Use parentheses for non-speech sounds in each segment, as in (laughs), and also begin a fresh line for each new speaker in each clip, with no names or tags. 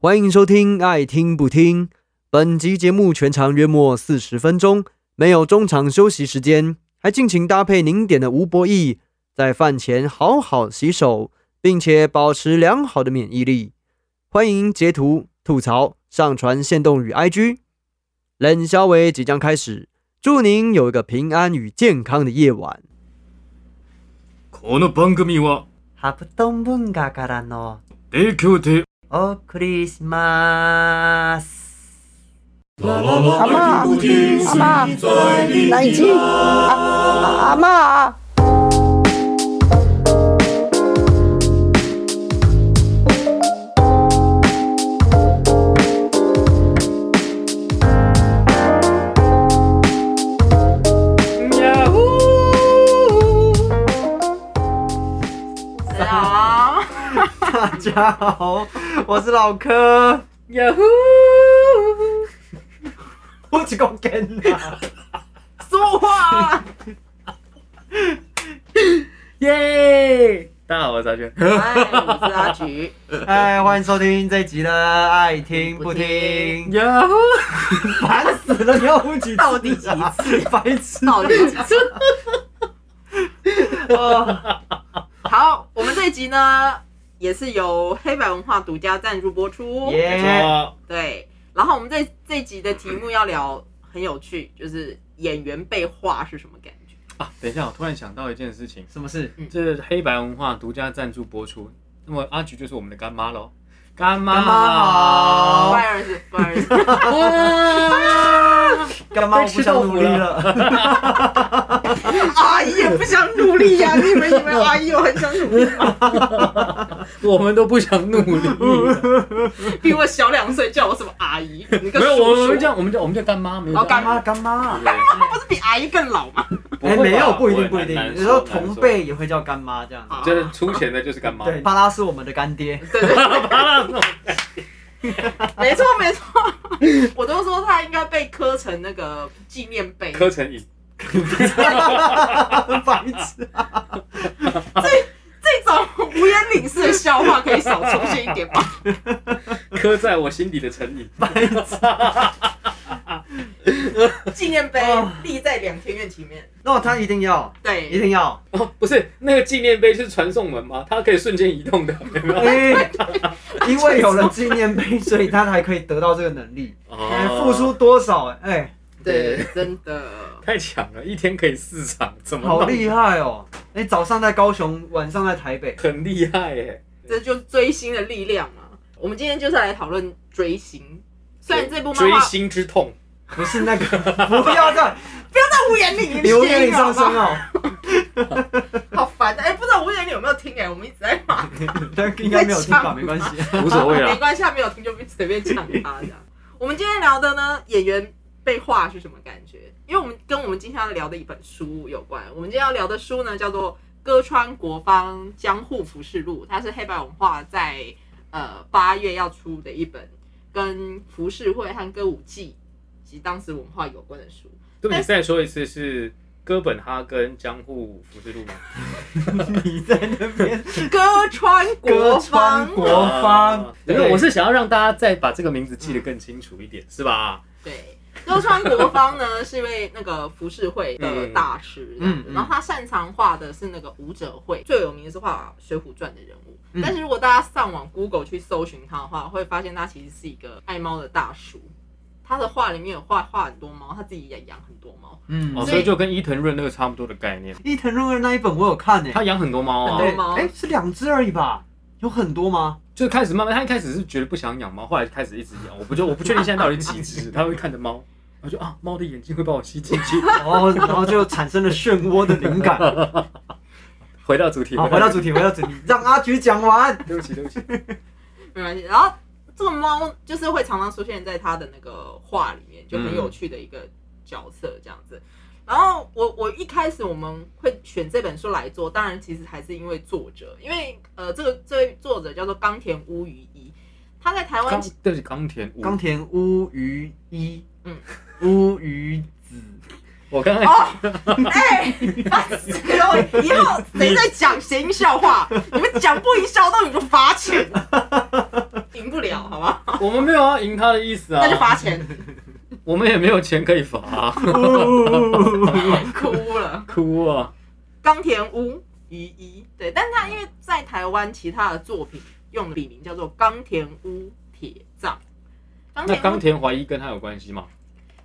欢迎收听《爱听不听》，本集节目全长约莫四十分钟，没有中场休息时间，还敬请搭配您点的吴博弈，在饭前好好洗手，并且保持良好的免疫力。欢迎截图吐槽，上传限动与 IG。冷消维即将开始，祝您有一个平安与健康的夜晚。
この番組は
ハプトン文化からの
提供で
お送りします。
阿妈，阿妈，奶鸡，阿啊阿妈，啊
大家好，我是老柯。
呀呼，
我只讲跟啊，
什么话？耶！大家好，我是阿娟。
嗨，我是阿菊。
哎，欢迎收听这一集的《爱听不听》
呀呼，
烦死了！你要呼几次、啊？
到底几
次？白痴！
到底几次？
哦
好，我们这一集呢，也是由黑白文化独家赞助播出。
没
耶！
错
对，然后我们这这一集的题目要聊很有趣，就是演员被画是什么感觉？
啊！等一下，我突然想到一件事情，嗯
什么事？嗯
这是黑白文化独家赞助播出，那么阿菊就是我们的干妈喽，干妈
干
哦
妈好
不然是不然是，
(laughs)
干妈我不想努力了。
阿姨也不想努力呀、你们以为阿姨有很想
(laughs)
努力吗？
我们都不想努力，
比我小两岁，叫我什么阿姨？你跟
没有，我
叔
们
叔，
叫我们叫我们叫干妈，没有
哦干
妈，
妈
干妈。
不是比阿姨更老吗？
不会
哎，
吧
没有，不一定，不一定。
难
有时候
说
同，辈也会叫干妈这样子。
啊
难说就是出钱的就是干妈，
对，巴拉是我们的干 (laughs) 爹。
对对对。 (laughs) 没错没错，我都说他应该被刻成那个纪念碑。
柯晨以
白痴！啊
这种无言领事的笑话可以少出现一点吗？
刻在我心底的成瘾，
(laughs) 纪念碑
哦
立在两天院前面，
那他一定要，一
对，
定要。
哦，不是那个纪念碑是传送门吗？它可以瞬间移动的，有没有？
哎， (laughs) 因为有了纪念碑，所以他才可以得到这个能力。
哦
哎，付出多少？哎，
对，真的。
太强了，一天可以四场，怎么
好
弄
厉害哦！哎，早上在高雄，晚上在台北。
很厉害耶！
这就是追星的力量嘛。我们今天就是来讨论追星，虽然这部漫
追
画
星之
(laughs)
痛，
不是那个， (laughs) 不要再
在无言领
留言里上升
啊，
哦。
好烦的。哎，不知道无言领有没有听？哎，我们一直在骂，
(laughs) 但应该没有听吧，没关系。
无所谓
啊
啊
没
啦。
关系，他没有听就随便抢他这样。 (laughs) 我们今天聊的呢，演员被画是什么感觉？因为我们跟我们今天要聊的一本书有关。我们今天要聊的书呢，叫做《歌川国芳江户服饰录》，它是黑白文化在呃八月要出的一本跟服饰会和歌舞伎及当时文化有关的
(laughs)
书。
对不起，再说一次是哥本哈根江户福士路吗？
你在那边
歌川
歌
国
川
芳，
国芳
啊，没有，
对
我是想要让大家再把这个名字记得更清楚一点，是吧？
对，歌川国芳呢是一位那个浮世绘的大师，
嗯
嗯
嗯
然后他擅长画的是那个武者会，最有名的是画《水浒传》的人物。
嗯
但是如果大家上网 Google 去搜寻他的话，会发现他其实是一个爱猫的大叔。他的画里面有画画很多猫，他自己也养很多猫，
嗯
哦，
所以
所以就跟伊藤润那个差不多的概念，
伊藤润二那一本我有看诶、
他养很多猫
很
啊
多，
对
猫
哎、是两只而已吧？有很多吗？
就开始慢慢，他一开始是觉得不想养猫，后来开始一直养，我不就我不确定现在到底几 (laughs) 只，他会看着猫，然后就啊，猫的眼睛会把我吸进 (laughs) 去。
哦，然后就产生了漩涡的灵感。
哦回到主题，
好，回到主题，回到主题，让阿菊讲完。
对不起，对不起，
没关系。然后这个猫就是会常常出现在他的那个画里面，就很有趣的一个角色这样子。然后我我一开始我们会选这本书来做，当然其实还是因为作者，因为呃这个这位作者叫做冈田屋于一，他在台湾
钢，对不起，钢铁舞，
冈田乌鱼一，嗯
嗯，
乌鱼子，
我刚才
哦，哎、烦死了！以后谁在讲谐音笑话，你们讲不赢笑到你就罚钱，赢不了，好吧？
我们没有要赢他的意思啊
那，就罚钱， (laughs)
我们也没有钱可以罚啊， (laughs)
(laughs) 哭了。
哭啊！
冈田屋于一，对，但他因为在台湾其他的作品用的笔名叫做冈田屋铁藏，冈
那
田
冈
屋
田怀一跟他有关系吗？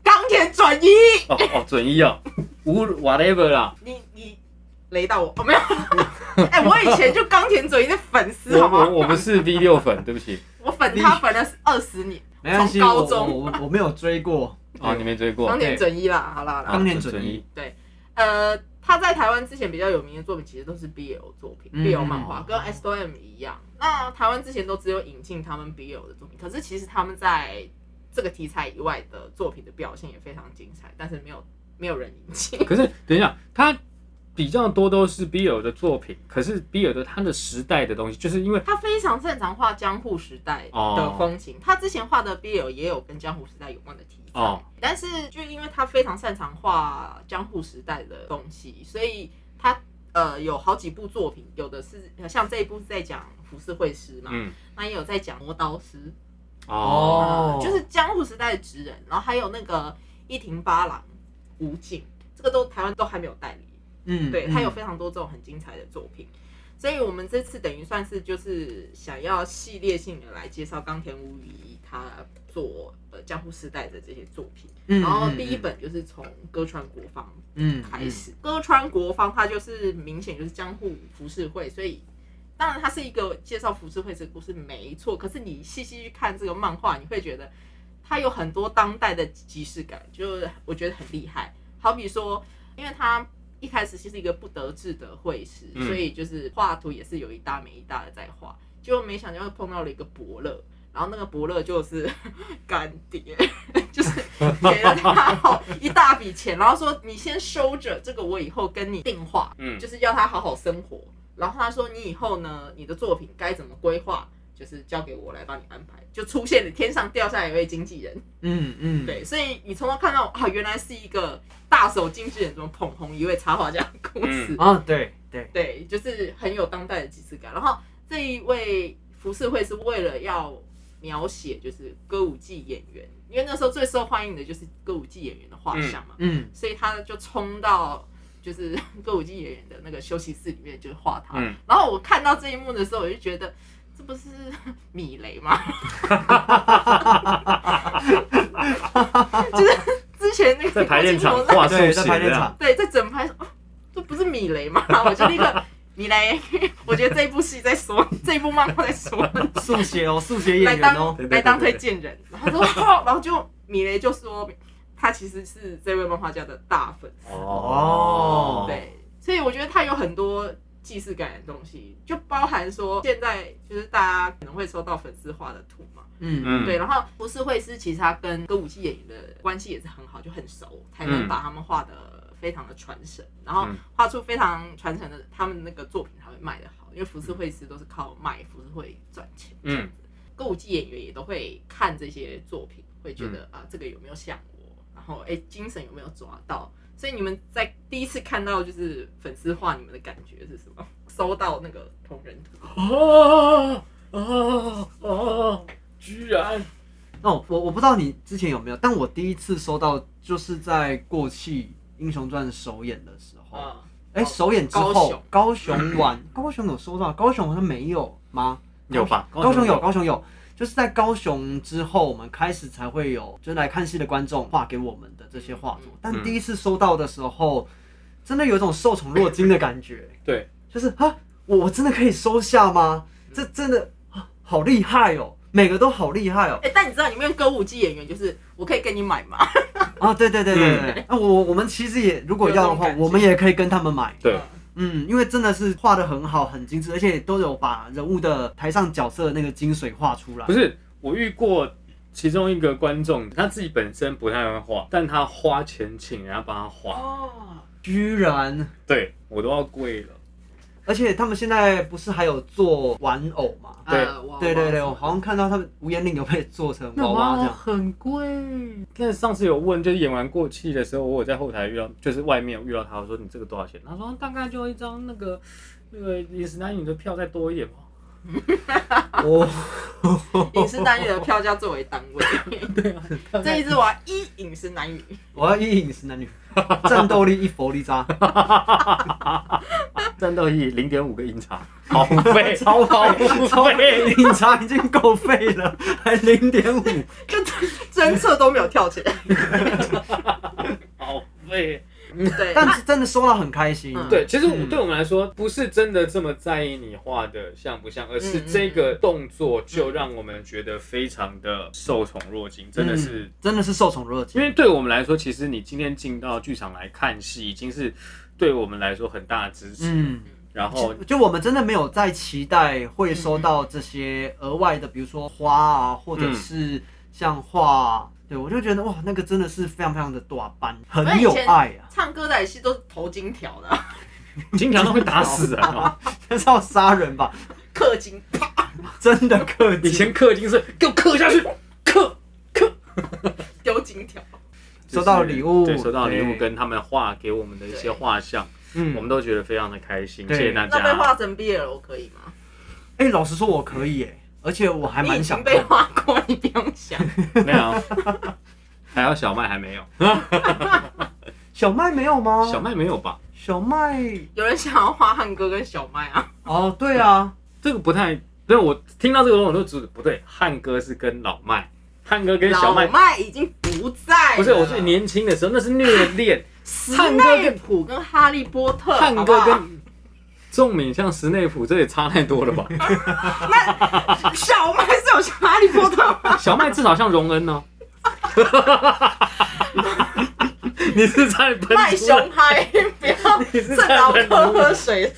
冈田转一，
哦哦，准一啊，无 whatever 啦，
你你雷到我，哦没有， (laughs) 哎、我以前就冈田转一的粉丝，
我
好吗？
我我不是 V 六粉，对不起
我粉他粉了二十年，
没关系，
从高
我我
中
我我没有追过，
啊，你没追过
冈。田准一啦，好啦好
啊
啦，
冈田
准
准一，
呃，他在台湾之前比较有名的作品其实都是 BL 作品、
嗯
BL 漫画，跟 S O M 一样。那台湾之前都只有引进他们 BL 的作品，可是其实他们在这个题材以外的作品的表现也非常精彩，但是没有没有人引进。 (laughs)
可是等一下，他比较多都是 BL 的作品，可是 BL 的他的时代的东西，就是因为
他非常擅长画江户时代
哦
的风情，他之前画的 BL 也有跟江户时代有关的题材，
哦
但是就因为他非常擅长画江户时代的东西，所以他呃有好几部作品，有的是呃像这一部是在讲浮世绘师嘛，
嗯
那也有在讲磨刀师，呃
哦
哦
就是江户时代的职人，然后还有那个伊庭八郎、武井，这个都台湾都还没有代理，
嗯，
(laughs) 对
嗯
他有非常多这种很精彩的作品，所以我们这次等于算是就是想要系列性的来介绍冈田武一他做呃江户时代的这些作品，
嗯
然后
嗯
第一本就是从歌川国芳
嗯
开始，歌川国芳他就是明显就是江户浮世绘，所以。当然，它是一个介绍浮世绘这个故事，没错。可是你细细去看这个漫画，你会觉得它有很多当代的即视感，就是我觉得很厉害。好比说，因为他一开始其实一个不得志的绘师，
嗯
所以就是画图也是有一搭没一搭的在画，结果没想到碰到了一个伯乐，然后那个伯乐就是 (laughs) 干爹，就是给了他好一大笔钱，然后说你先收着这个，我以后跟你定画，
嗯
就是要他好好生活。然后他说你以后呢，你的作品该怎么规划，就是交给我来帮你安排。就出现了天上掉下来一位经纪人，
嗯嗯，
对，所以你从头看到啊，原来是一个大手经纪人怎么捧红一位插画家的故事，
啊，对对，
对，就是很有当代的即视感。然后这一位服饰会是为了要描写就是歌舞伎演员，因为那时候最受欢迎的就是歌舞伎演员的画像嘛，
嗯
所以他就冲到就是 (laughs) 歌舞伎演员的那个休息室里面就画他。
嗯
然后我看到这一幕的时候，我就觉得这不是 (laughs) 米雷吗？ (laughs) 就是之前那个
在排练场
郭靖鹏
话术
对，
写
在排练
的啊，
场，
对，在整排说、啊这不是米雷吗？ (laughs) 我就立刻米雷， (laughs) 我觉得这一部戏在说，这一部漫画在说，
速写
(laughs)
哦，速写
来
演员
当
哦，
来当推荐人。然后他说，哦然后就米雷就说，他其实是这位漫画家的大粉丝，
哦，
对，所以我觉得他有很多。既视感的东西，就包含说现在就是大家可能会收到粉丝画的图嘛，
嗯
嗯
对，然后不是惠斯，其实他跟歌舞伎演员的关系也是很好，就很熟，才能
嗯
把他们画的非常的传神，然后
嗯
画出非常传神的他们那个作品才会卖的好，因为服饰会师都是靠卖服饰会赚钱，这样
嗯
子，歌舞伎演员也都会看这些作品，会觉得、
嗯
啊这个有没有像我，然后哎精神有没有抓到，所以你们在第一次看到就是粉丝画，你们的感觉
(laughs)
是什么？收到那个同人图，
哦哦哦，居然
哦，我我不知道你之前有没有，但我第一次收到就是在过气英雄传首演的时候，
啊，
哎、首演之
高
后
雄，
高雄玩，高雄有收到，高雄好像没有吗？
有吧？
高雄有，高雄有，就是在高雄之后，我们开始才会有，就是来看戏的观众画给我们的这些画作。但第一次收到的时候，真的有一种受宠若惊的感觉，
对，
就是啊，我我真的可以收下吗？这真的啊好厉害哦，每个都好厉害哦。
哎、但你知道里面歌舞伎演员就是我可以跟你买吗？
啊，对对对对对对，那、我我们其实也如果要的
有这种
话
感，觉
我们也可以跟他们买。
对
嗯，因为真的是画的很好，很精致，而且都有把人物的台上角色的那个精髓画出来
不。是我遇过其中一个观众，他自己本身不太会画，但他花钱请人家帮他画，
(laughs) 哦，
居然，
对我都要跪了。
而且他们现在不是还有做玩偶嘛？
对
呃，我
对对对，我好像看到他们无言令有被做成娃娃这样。
很贵。但上次有问，就是演完过气的时候，我有在后台遇到，就是外面有遇到他，我说你这个多少钱？他说大概就一张那个那个饮食男女的票再多一点吧。
哦，
影视男女的票价作为单
(laughs)
位。这一支我要一影视男女，
我要一饮食男女，战斗力一佛力
(laughs)
渣，
战斗力零点五个
(laughs)
银茶，好费
超
好
超
费，
饮茶哎已经够废了，还零点五，
就 (laughs) 侦测都没有跳起来。
好费。
对，
嗯但
那
是真的收到很开心。
嗯
对，其实我
嗯
对我们来说，不是真的这么在意你画的像不像，而是
嗯
这个动作就让我们觉得非常的受宠若惊，真的是
嗯真的是受宠若
因
惊。
为对我们来说，其实你今天进到剧场来看戏，已经是对我们来说很大的支持。
嗯，
然后
就我们真的没有在期待会收到这些额外的，比如说花啊，或者是像画、啊对我就觉得哇，那个真的是非常非常的短班，很有爱啊， (laughs)
唱歌仔戏都是头金条的啊，
经常都会打死人哦。
这是要杀人吧？
氪金啪，
真的客
以
气，
前氪金是给我氪下去，氪
(laughs) 丢金条。
收到礼物
对，收到礼物
对
跟他们画给我们的一些画像，
嗯
我们都觉得非常的开心。谢
对
谢大
那被
家。
画成 BL 可以吗？
哎、老实说我可以耶、而且我还
你已
蛮
经
想
被
看。
画过， (laughs) 你不用想。
(laughs) 没有，还有小麦还没有，
小麦没有吗？
小麦没有吧？
小麦
有人想要画汉哥跟小麦啊？
哦，对
(laughs)
啊，
这个不太。对，我听到这个东西我都觉得不对。汉哥是跟老麦，汉哥跟小
老
麦
麦已经不在了。
不是，我是年轻的时候那是虐
(laughs)
恋。汉哥
内
跟
普跟哈利波特，
汉
好不
哥
好
跟仲敏像史内普，这也差太多了吧？
小麦是有像哈利波特
(laughs)
吗？
小麦至少像荣恩哦
(laughs)
呢、你是在喷
麦
出来
熊嗨，不要
是
正
在
老
喷
喝喝水。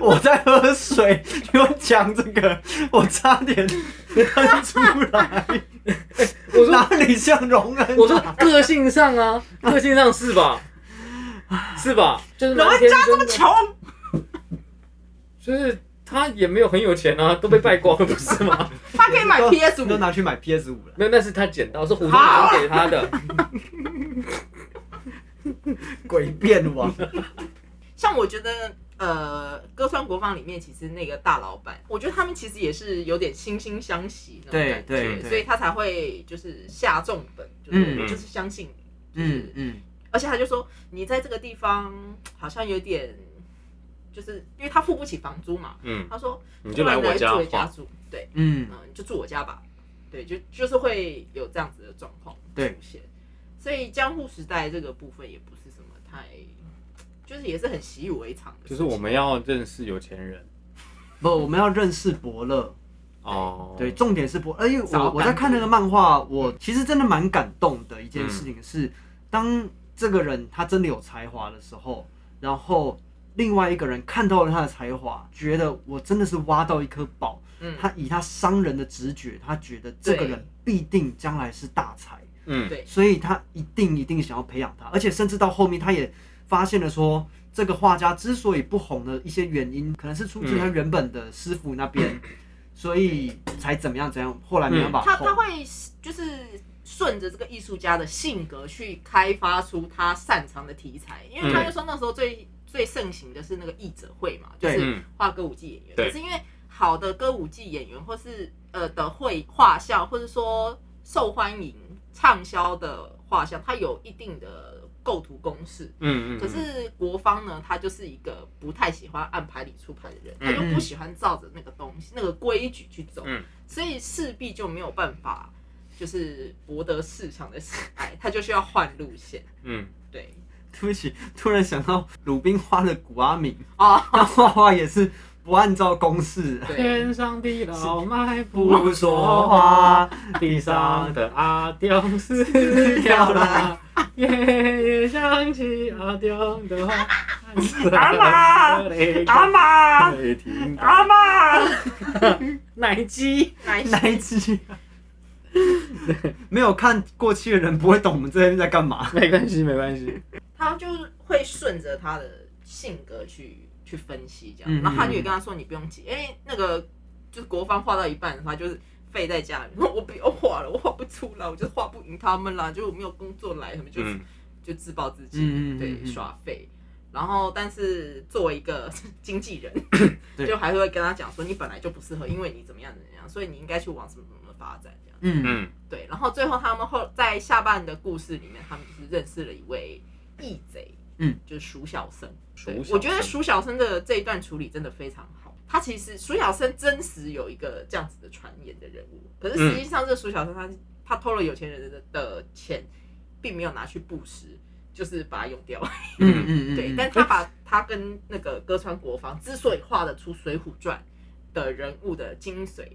我在喝水，给我讲这个，我差点喷出来。
我说
哪里像容恩、啊？
我说个性上啊，个性上是吧？是吧？就是
怎么
蛮
会
天
家这
真
么
的，
穷？
就是他也没有很有钱啊，都被败光了，不是吗？
他可以买 PS
都
五，
拿去买 PS 五了。
没有，那是他捡到，是胡宗南给他的。
诡辩王，
像我觉得，呃，歌川国芳里面其实那个大老板，我觉得他们其实也是有点惺惺相惜那种
对
感觉，
对对
所以他才会就是下重本，就是、
嗯
就是相信你，就是、
嗯嗯，
而且他就说你在这个地方好像有点，就是因为他付不起房租嘛，
嗯，
他说
你就来
不然
我家
住家
画。
住，对，
嗯
嗯，你就住我家吧，对，就就是会有这样子的状况出
对
现，所以江户时代这个部分也不是什么太。就是也是很习以为常的事
就
情，
是我们要认识有钱人
不，我们要认识伯乐。
哦。
对，重点是伯，而且
早
我
感嗯
我在看那个漫画，我其实真的蛮感动的一件事情是，当这个人他真的有才华的时候，然后另外一个人看到了他的才华，觉得我真的是挖到一颗宝。
嗯，
他以他商人的直觉，他觉得这个
对
人必定将来是大才。
嗯，
对，
所以他一定一定想要培养他，而且甚至到后面他也发现了说，这个画家之所以不红的一些原因，可能是出自于他原本的师傅那边，
(coughs)
所以才怎么样怎样，后来没办
嗯
法
他
红。
他会就是顺着这个艺术家的性格去开发出他擅长的题材，因为他就说那时候最、最盛行的是那个译者会嘛，就
对
是
嗯
画歌舞伎演员。
对
可是因为好的歌舞伎演员或是呃的会画像，或者说受欢迎畅销的画像，它有一定的构图公式。
嗯嗯。
可是国芳呢，他就是一个不太喜欢按牌理出牌的人，他
嗯
就不喜欢照着那个东西、那个规矩去走，
嗯
所以势必就没有办法，就是博得市场的喜爱， (laughs) 他就需要换路线。
嗯，
对，
对不起，突然想到鲁冰花的古阿敏，
啊
哦，
他画画也是不按照公式， (laughs)
对，
天上的老麦
不
不
说
说话，
话，
地上的阿刁死掉 (laughs) 了，夜夜想起阿刁的话。阿妈，阿妈，阿妈， (laughs) 奶鸡，
奶
(laughs)
昔
哪一
(laughs)
集？没有看过去的人不会懂我们这边在干嘛。
没关系，没关系。
(laughs) 他就是会顺着他的性格去去分析这
嗯
样，然后他就也跟他说你不用急，因为那个就是国芳画到一半的时候，他就是废在家里， (laughs) 我不要画了，我画不出来，我就画不赢他们啦，就我没有工作来，他们就
嗯
就自暴自弃，
嗯嗯嗯嗯
对，耍废。然后但是作为一个 (laughs) 经纪
(coughs) 对
人，就还是会跟他讲说你本来就不适合，因为你怎么样怎么样，所以你应该去往什么什么发展这样。
嗯，
嗯，
对，然后最后他们后在下半的故事里面，他们就是认识了一位义贼，
嗯，
就是鼠小生。
鼠
对
小生
我觉得鼠小生的这一段处理真的非常好。他其实鼠小生真实有一个这样子的传言的人物，可是实
嗯
际上这个鼠小生他他偷了有钱人的的钱，并没有拿去布施，就是把它用掉。
嗯嗯嗯，
对，
嗯
但他把他跟那个歌川国芳之所以画得出《水浒传》的人物的精髓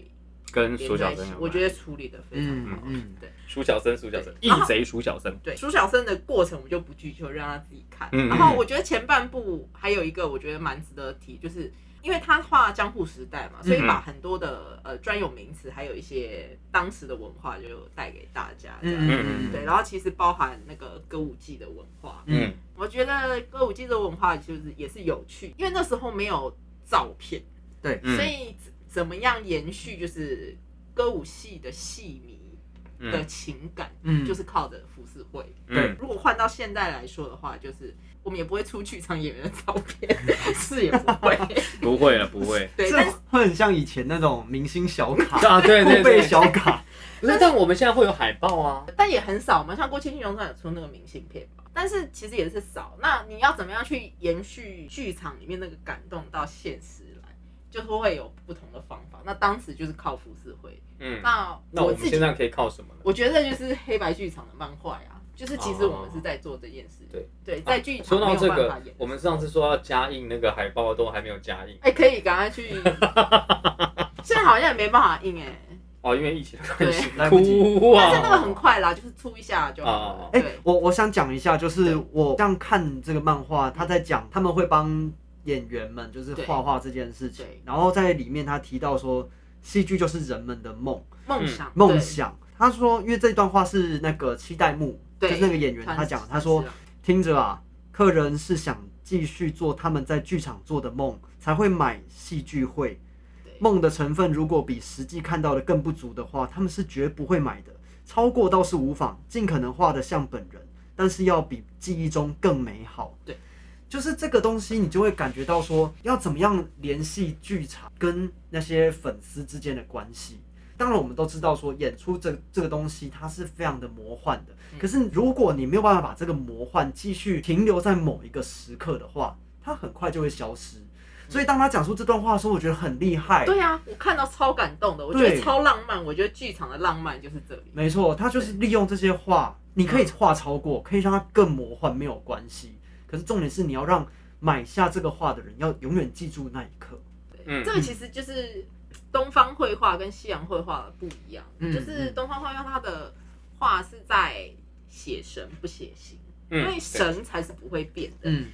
跟嗯
连
鼠
在
小
一
生
起
有，关，嗯
我觉得处理的非常
嗯
好。
嗯
对。
鼠小生，鼠小生，义
然后
贼鼠小生，
对，苏小生的过程我们就不剧透，让他自己看。
嗯
然后我觉得前半部还有一个我觉得蛮值得提，就是因为他画江户时代嘛，
嗯
所以把很多的呃专有名词，还有一些当时的文化就带给大家。这样
嗯嗯嗯，
对，然后其实包含那个歌舞伎的文化，
嗯
我觉得歌舞伎的文化就是也是有趣，因为那时候没有照片，
嗯，
所以怎怎么样延续就是歌舞戏的戏迷的
嗯
情感，
嗯
就是靠着浮世绘。
嗯
如果换到现代来说的话，就是我们也不会出去唱演员的照
(laughs)
片，是也不会。
不会了，不会
对，但
这
是
会很像以前那种明星小
(laughs)
卡、
啊，对对
后备
对，
小卡，
不是，但我们现在会有海报啊，
但也很少嘛，像郭千金总算有出那个明信片吧，但是其实也是少。那你要怎么样去延续剧场里面那个感动到现实来，就是会有不同的方法。那当时就是靠浮世绘，
嗯，
那
那我
自
们
己
现在可以靠什么呢？
我觉得就是黑白剧场的漫画呀，就是其实我们是在做这件事。
对啊
对，在剧场
说
没
到
有
这
办法
个
演。，
我们上次说要加印那个海报都还没有加印
哎、可以赶快
(laughs)
去，现在好像也没办法印哎、
哦，因为疫情的关系，
对
(laughs) 哭啊！
(laughs) 但是那个很快啦，就是出一下就好了
哦。
哎、
(laughs) 对，
我我想讲一下，就是我这样看这个漫画，他在讲他们会帮演员们就是画画这件事情
对，
然后在里面他提到说，戏剧就是人们的梦
梦想，
嗯梦想。他说，因为这段话是那个七代目，就
对，
是那个演员他讲，他说，听着啊，客人是想继续做他们在剧场做的梦，才会买戏剧会
对。
梦的成分如果比实际看到的更不足的话，他们是绝不会买的。超过倒是无妨，尽可能画得像本人，但是要比记忆中更美好。
对，
就是这个东西，你就会感觉到说，要怎么样联系剧场跟那些粉丝之间的关系。当然，我们都知道说，演出这这个东西它是非常的魔幻的。可是，如果你没有办法把这个魔幻继续停留在某一个时刻的话，它很快就会消失。所以，当他讲出这段话的时候，我觉得很厉害。
对啊，我看到超感动的，我觉
哎对
得超浪漫，我觉得剧场的浪漫就是这里。
没错，他就是利用这些画，你可以画超过，可以让它更魔幻，没有关系。可是重点是你要让买下这个画的人要永远记住那一刻。
嗯
这个其实就是东方绘画跟西洋绘画不一样，
嗯
就是东方绘画它的画是在写神不写形，
嗯
因为神才是不会变的。
嗯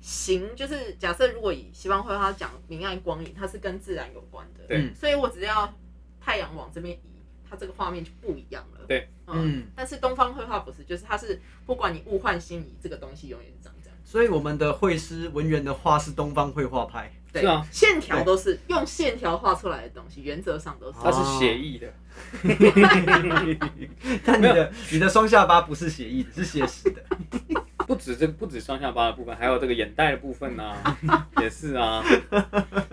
形就是假设如果以西方绘画讲明暗光影，它是跟自然有关的，
对
嗯
所以我只要太阳往这边移，它这个画面就不一样了。
对，
嗯。
嗯，
但是东方绘画不是，就是它是不管你物换星移，这个东西永远是长这样。
所以我们的绘师文员的画是东方绘画派，
对
是啊
线条都是用线条画出来的东西，原则上都是。
它是写意的，
但你的 (laughs) 你的双下巴不是写意的，是写实 (laughs) 的。
不止这不止上下巴的部分，还有这个眼袋的部分啊，
(laughs)
也是啊，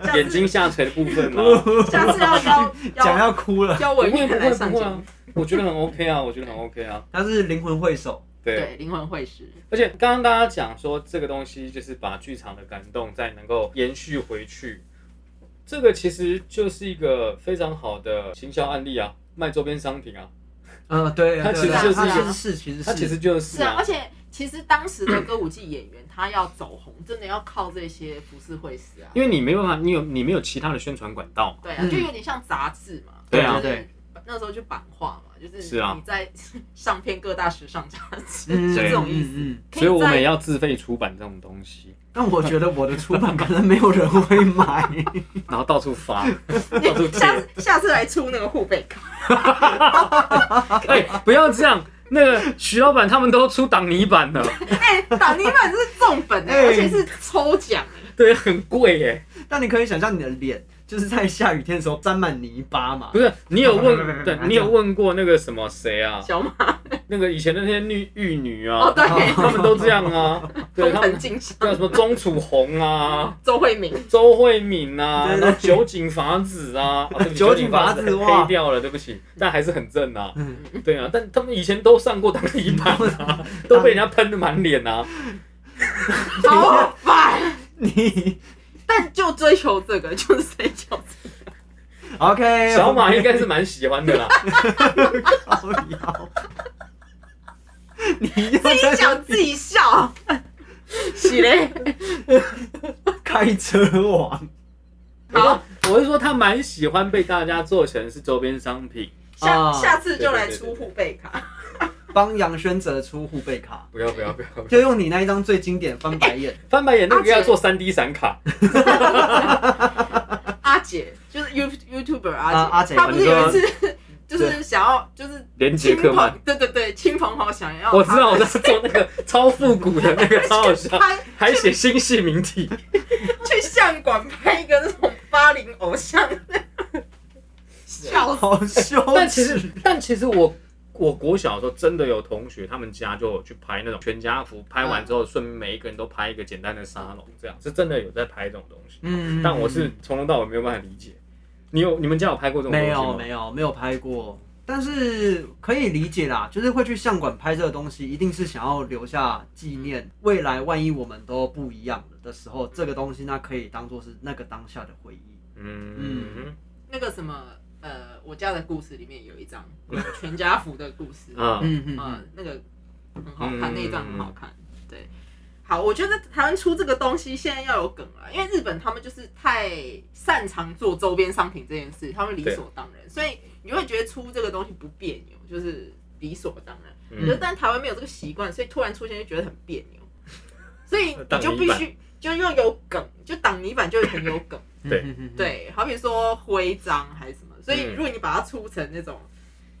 下次
眼睛下垂的部分
(laughs)
啊，
下次要 (laughs) 邀
讲
邀
要哭了，
邀
不会
文
不
员来
会
上
不会
节目
啊，，我觉得很 OK 啊，我觉得很 OK 啊，
他是灵魂会手。
对。
对灵魂会师，
而且刚刚大家讲说这个东西就是把剧场的感动再能够延续回去，这个其实就是一个非常好的行销案例啊，卖周边商品啊，
嗯，对，
他
对
其实
对
就是
他
这
其
样
实是其实
它
是
其实就是
是啊，
啊
而，且其实当时的歌舞伎演员他要走红，真的要靠这些服饰会师啊，
因为你没办法，你有你没有其他的宣传管道嘛，
对啊，
嗯
就有点像杂志嘛，
对啊
就是那时候就版画嘛，就是
是啊
你在上片各大时尚杂志，
嗯
就这种意思。
嗯嗯嗯
可
所以我们也
在
要自费出版这种东西，
但我觉得我的出版可能没有人会买。
然后到处
(laughs)
发，到处贴。
下次下次来出那个护贝卡， (laughs)
哎、不要这样，那个徐老板他们都出挡泥板了，
哎，打泥板是重本的，
哎
而且是抽奖哎，
对，很贵耶、
但你可以想象你的脸就是在下雨天的时候沾满泥巴嘛
不。是你有
不不不不
问，
不
对
不
你有问过那个什么谁啊？
小马
那个以前的那些女玉女
哦，
啊，
对，
他们都这样
(laughs)
啊，对
工
他
藤
们
静香、
叫什么钟楚红啊、
周慧
(laughs)
敏，
周慧敏啊，
对对
然后九井法子啊，啊对不起
(laughs) 酒
九
井
井
法
法
子
子
哇
黑掉了，对不起，但还是很正啊。
嗯
对啊，但他们以前都上过当地板
(laughs)
啊，都被人家喷的满脸啊。
好烦。
你
但就追求这个，就是追求这个
OK，
小马应该是蛮喜欢的
(laughs)
啦，
靠腰，你又
自己
在
讲自
(laughs)
己笑，喜嘞。
开车王，哎
好，
我是说他蛮喜欢被大家做成是周边商品，
下
啊
下次就来出护贝卡。
帮杨轩哲出护贝卡，
不要不要不要，不要
就用你那一张最经典翻
(laughs)
白眼，
翻白眼那
阿
个
姐
要做三 D 闪卡，
阿姐就是 You YouTuber
啊阿
阿
姐
姐，她不是有一次就
对
是想要就是
连杰
亲
克曼
朋，。对对对，亲朋好想要她，
(laughs) 我知道我在做那个超复古的那个，超好
(laughs)
笑，
拍
还写新系名体，
去相馆拍一个那种八零偶像，笑死。
好羞
但其
耻。
实，但其实我我国小的时候真的有同学，他们家就有去拍那种全家福，拍完之后顺便每一个人都拍一个简单的沙龙，这样是真的有在拍这种东西。
嗯
但我是从头到尾没有办法理解。你有你们家有拍过这种东
没
西吗？
有没有没有拍过，但是可以理解啦，就是会去相馆拍这个东西，一定是想要留下纪念，未来万一我们都不一样了的时候，这个东西那可以当做是那个当下的回忆。
嗯
那个什么，呃，我家的故事里面有一张全家福的故
(laughs)
事，嗯、
啊
嗯嗯嗯，
那个很好看，
嗯
那一段很好看。对，好，我觉得台湾出这个东西现在要有梗了，因为日本他们就是太擅长做周边商品这件事，他们理所当然，所以你会觉得出这个东西不别扭，就是理所当然。我觉得
嗯，
但台湾没有这个习惯，所以突然出现就觉得很别扭，
(laughs)
所以你
挡
就
泥
必
板
须就又有梗，就挡泥板就很有梗，
对
嗯，嗯，
对，好比说徽章还是什么，所以
嗯
如果你把它出成那种。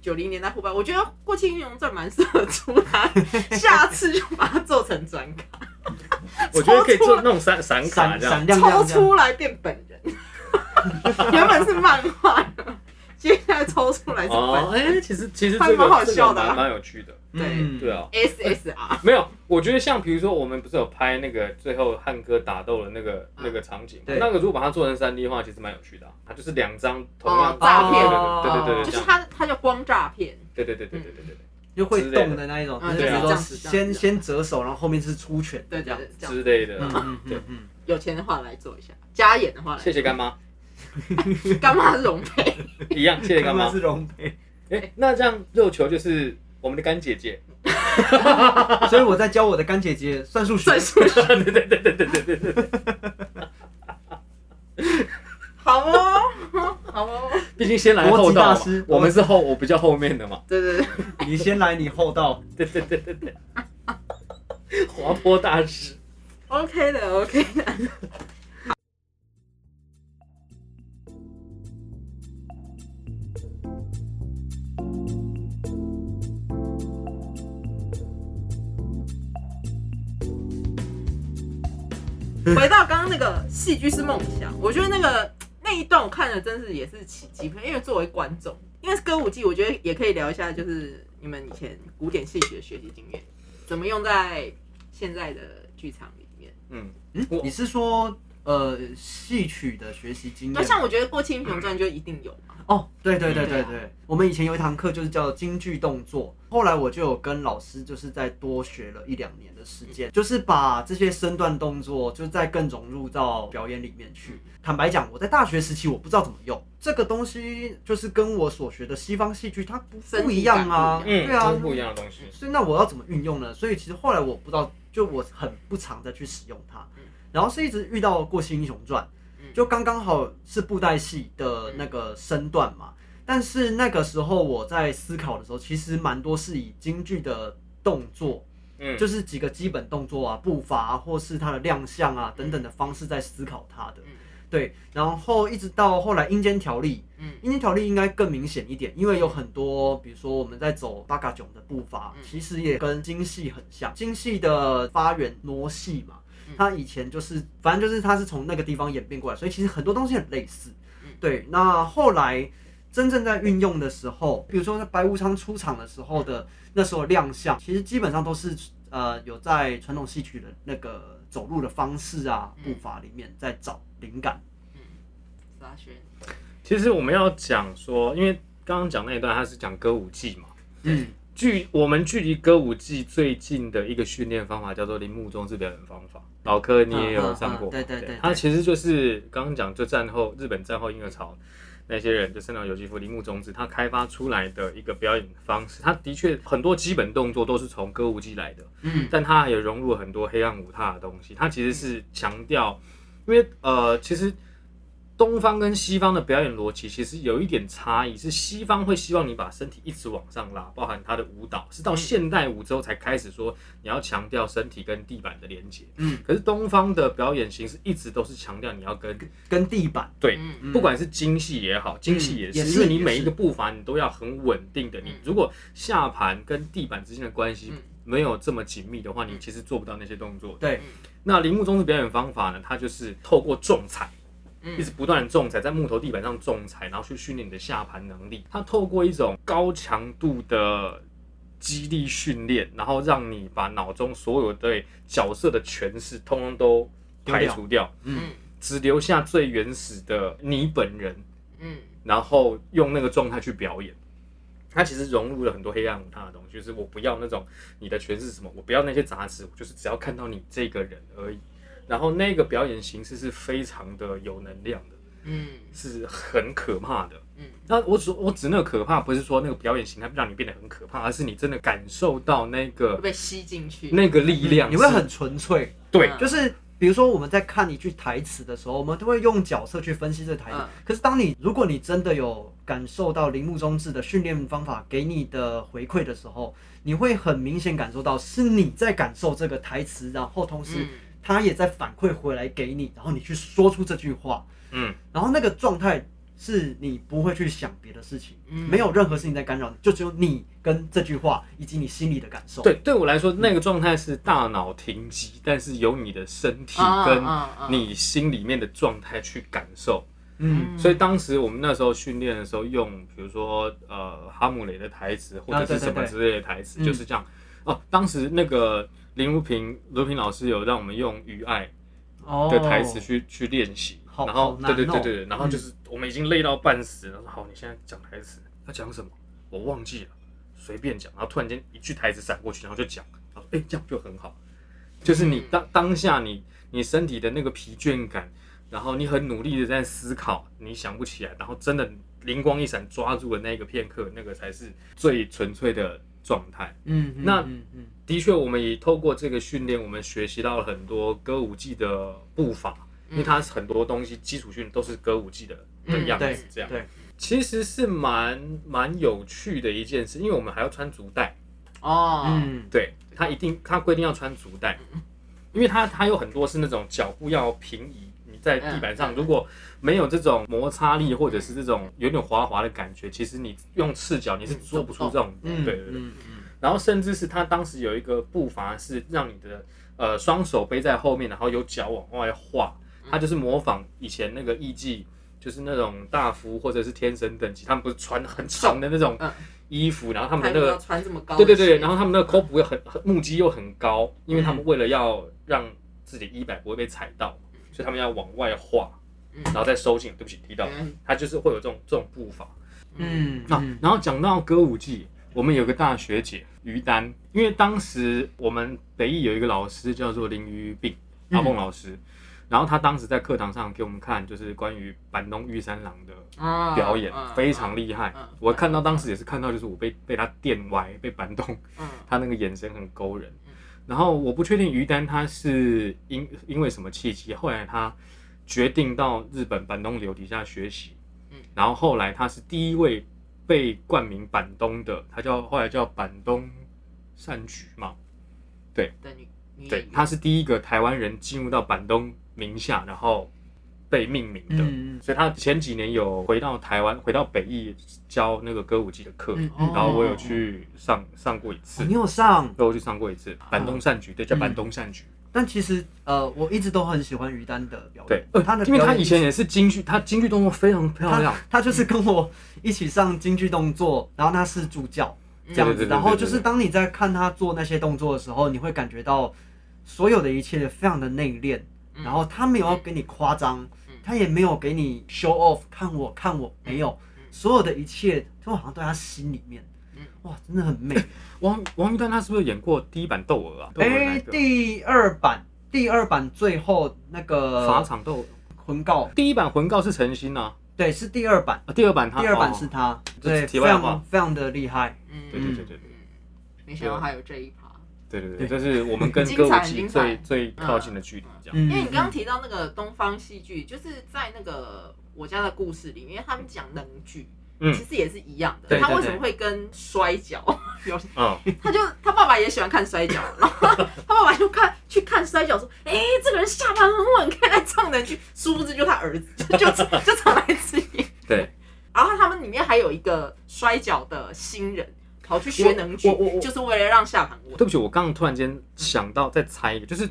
九零年代后半，我觉得《过气英雄传》蛮适合出它，下次就把它做成专卡，
我觉得可以
抽
做
出
那种闪闪卡
闪
这
闪
样。
亮
抽
亮这样，
出来变本人。 (laughs) 原本是漫画的，现在抽出来是本
哦，
人。
哎，其实其实
还
这
蛮好
个这
笑
个
的啊
蛮蛮有趣的，
嗯
对，啊。
SSR
没有，我觉得像比如说我们不是有拍那个最后汉哥打斗的那个
啊
那个场景，
对
那个如果把它做成三 D 的话，其实蛮有趣的啊。它就是两张同样
哦诈骗
对对对对
就
对
是它，它叫光诈骗。
对对对对对对对
就会动的那一种，
嗯
就是比如
对
说
啊
先先折手，然后后面是出拳，
对
这
对
样
对，，这
对
样
之类的。
嗯嗯嗯嗯，
有钱的话来做一下，加演的话来
谢谢干妈，
做，干妈容配，
一样谢谢干
他
妈
们。是容培，
哎，那这样肉球就是我们的干姐姐。
(laughs)
(laughs)
所以我在教我的干姐姐算数学
算，数学。
对对对对对对对对对，
好哦， (laughs) 好哦，
毕竟先来后到
国际大
嘛
师，
我们是后，我比较后面的嘛。
对对对，
你先来，你后到，
对对对对
(laughs)
对，滑坡大师。
OK 的，OK 的。回到刚刚那个戏剧是梦想，我觉得那个那一段我看了真是也是起鸡皮，因为作为观众，因为是歌舞伎，我觉得也可以聊一下，就是你们以前古典戏曲的学习经验，怎么用在现在的剧场里面。
嗯，
嗯，
我
你是说呃戏曲的学习经
那
验？
像我觉得《过气英雄传》就一定有嘛，
哦，对对对
嗯
啊
对对，我们以前有一堂课就是叫京剧动作，后来我就有跟老师就是再多学了一两年的时
嗯
间，就是把这些身段动作就再更融入到表演里面去。
嗯
坦白讲，我在大学时期我不知道怎么用这个东西，就是跟我所学的西方戏剧它不
身体
不一样啊，
感
嗯，
对啊
都，是不一样的东西。
所以那我要怎么运用呢？所以其实后来我不知道，就我很不常再去使用它
嗯，
然后是一直遇到《过气英雄传》
嗯，
就刚刚好是布袋戏的那个身段嘛。但是那个时候我在思考的时候，其实蛮多是以京剧的动作，
嗯，
就是几个基本动作啊、步伐啊，或是它的亮相啊等等的方式在思考它的。
嗯
对，然后一直到后来阴间条例，
嗯
阴间条例应该更明显一点，因为有很多，比如说我们在走八嘎囧的步伐，
嗯
其实也跟京戏很像。京戏的发源傩戏嘛
嗯，
它以前就是，反正就是它是从那个地方演变过来，所以其实很多东西很类似
嗯。
对，那后来真正在运用的时候，比如说在白无常出场的时候的那时候亮相，其实基本上都是呃有在传统戏曲的那个走路的方式啊、步
嗯
伐里面在找灵感。
是啊，轩，
其实我们要讲说，因为刚刚讲那一段，它是讲歌舞伎嘛。
嗯，
距我们距离歌舞伎最近的一个训练方法叫做铃木中式表演方法。老柯你也有上过嘛，
嗯嗯嗯对对对
它
对
其实就是刚刚讲，就战后日本战后婴儿潮那些人，就森岛由纪夫、铃木中志，他开发出来的一个表演方式。他的确很多基本动作都是从歌舞伎来的，
嗯，
但它也融入了很多黑暗舞踏的东西。它其实是强调，因为呃，其实东方跟西方的表演逻辑其实有一点差异，是西方会希望你把身体一直往上拉，包含它的舞蹈，是到现代舞之后才开始说你要强调身体跟地板的连接。
嗯，
可是东方的表演形式一直都是强调你要跟
跟地板，
对，
嗯，
嗯
不管是精细也好，精细也是，
也是
因为你
也
每一
是
个步伐你都要很稳定的。你
嗯
如果下盘跟地板之间的关系
嗯
没有这么紧密的话，你其实做不到那些动作。
对，
那铃木中的表演方法呢，它就是透过重踩，
嗯
嗯一直不断的重踩，在木头地板上重踩，然后去训练你的下盘能力。它透过一种高强度的激励训练，然后让你把脑中所有对角色的诠释通通都排除掉，
嗯
只留下最原始的你本人。
嗯
然后用那个状态去表演。它其实融入了很多黑暗舞踏的东西，就是我不要那种你的诠释是什么，我不要那些杂质，我就是只要看到你这个人而已。然后那个表演形式是非常的有能量的，
嗯
是很可怕的。
嗯
那我指我指那个可怕，不是说那个表演形态让你变得很可怕，而是你真的感受到那
会
个
被吸进去，
那个力量是，
你会很纯粹，
对
嗯
就是。比如说，我们在看一句台词的时候，我们都会用角色去分析这台词。
嗯
可是，当你如果你真的有感受到铃木中志的训练方法给你的回馈的时候，你会很明显感受到是你在感受这个台词，然后同时
嗯
他也在反馈回来给你，然后你去说出这句话，
嗯，
然后那个状态是你不会去想别的事情，
嗯
没有任何事情在干扰你，就只有你跟这句话以及你心里的感受。
对，对我来说那个状态是大脑停机，但是由你的身体
啊
跟
啊啊
你心里面的状态去感受。
嗯，
所以当时我们那时候训练的时候用，比如说呃哈姆雷的台词或者
啊对
是什么
对对
之类的台词，
嗯
就是这样。哦，当时那个林如平卢平老师有让我们用余爱
哦
的台词去、去练习，
好
然后
好难
对
哦
对对对，对然后就是我们已经累到半死，然后说好，你现在讲台词，要讲什么？我忘记了，随便讲，然后突然间一句台词闪过去，然后就讲，然后哎、这样就很好，就是你
嗯
当当下你你身体的那个疲倦感，然后你很努力的在思考，你想不起来，然后真的灵光一闪抓住了那个片刻，那个才是最纯粹的状态。
嗯，嗯
那
嗯嗯
的确，我们也透过这个训练，我们学习到了很多歌舞伎的步伐，因为它很多东西基础训练都是歌舞伎的的
嗯
样
对
子，这样、
对，
其实是蛮蛮有趣的一件事，因为我们还要穿足带，
哦，
嗯
对他一定他规定要穿足带，因为他他有很多是那种脚步要平移，你在地板上
嗯
如果没有这种摩擦力或者是这种有点滑滑的感觉，其实你用赤脚你是
嗯
做不出这种，
嗯
对对对。
嗯嗯
然后甚至是他当时有一个步伐是让你的呃双手背在后面，然后有脚往外画，
嗯
他就是模仿以前那个艺伎，就是那种大夫或者是天神等级，他们不是穿很长的那种
嗯
衣服，然后他
他
们
们
的那
要
个
穿这么高的
对
鞋，
对对，然后他们那个口补很很目击又很高，因为他们为了要让自己衣摆不会被踩到，所以他们要往外画，
嗯
然后再收紧，对不起提到，
嗯
他就是会有这种这种步伐。
嗯
啊，然后讲到歌舞伎，我们有个大学姐于丹，因为当时我们北艺有一个老师叫做林于病
嗯
阿凤老师，然后他当时在课堂上给我们看就是关于板东玉三郎的
啊
表演，
嗯
非常厉害。
嗯
我看到当时也是看到，就是我被被他电歪，被板东
嗯
他那个眼神很勾人
嗯。
然后我不确定于丹他是因因为什么契机，后来他决定到日本板东流底下学习
嗯，
然后后来他是第一位被冠名板东的，他叫后来叫板东善菊嘛，
的女女演
对，
员
他是第一个台湾人进入到板东名下，然后被命名的。
嗯嗯
所以他前几年有回到台湾，回到北艺教那个歌舞伎的课，
嗯
然后我有
哦
去上上过一次。
哦你有上啊嗯
对，我去上过一次板东善局，对，叫板东善局。
但其实呃，我一直都很喜欢于丹的表
对
演，，
呃
他的
因为
表
他
演
以前也是京剧，他京剧动作非常漂亮
他。他
嗯
就是跟我一起上京剧动作，然后他是助教这
嗯
嗯
样
对对对
子，
对
然后就
对
是
对
当你在看他做那些动作的时候，你会感觉到所有的一切非常的内敛，
嗯
然后他没有要给你夸张
嗯，
他也没有给你 show off，看我看我没有
嗯，
所有的一切都好像在他心里面
嗯，
哇，真的很
(laughs)
美。
王王一丹他是不是演过第一版《窦娥》啊？窦娥那
哎，
个
第二版第二版最后那
法
个
场窦娥，
魂告，
第一版《魂告》是陈星啊，
对，是第二版，
啊第二版他
第二版
哦
是他，
这
对，
是题
非
外话
常非常的厉害。
嗯，
对对对对对
嗯，没想到还有这一趴。
对对对，这是我
(laughs)
们跟
精
歌舞
彩
伎
精
最
彩
最靠近的距离，这样。
嗯
因为你刚刚提到那个东方戏
嗯
剧，就是在那个我家的故事里面，他们讲能剧，
嗯
其实也是一样的。
对对
他为什么会跟摔跤有？
(laughs) 嗯，
他就他爸爸也喜欢看摔跤，
(laughs)
然后他爸爸就看去看摔跤，说：“哎、这个人下盘很稳，可以来唱能剧。” (laughs) 殊不知就他儿子就就就常来自己。
对。
(laughs) 然后他们里面还有一个摔跤的新人跑去学能剧
我我我，
就是为了让下盘稳。
对不起，我刚刚突然间想到，再猜一个，就是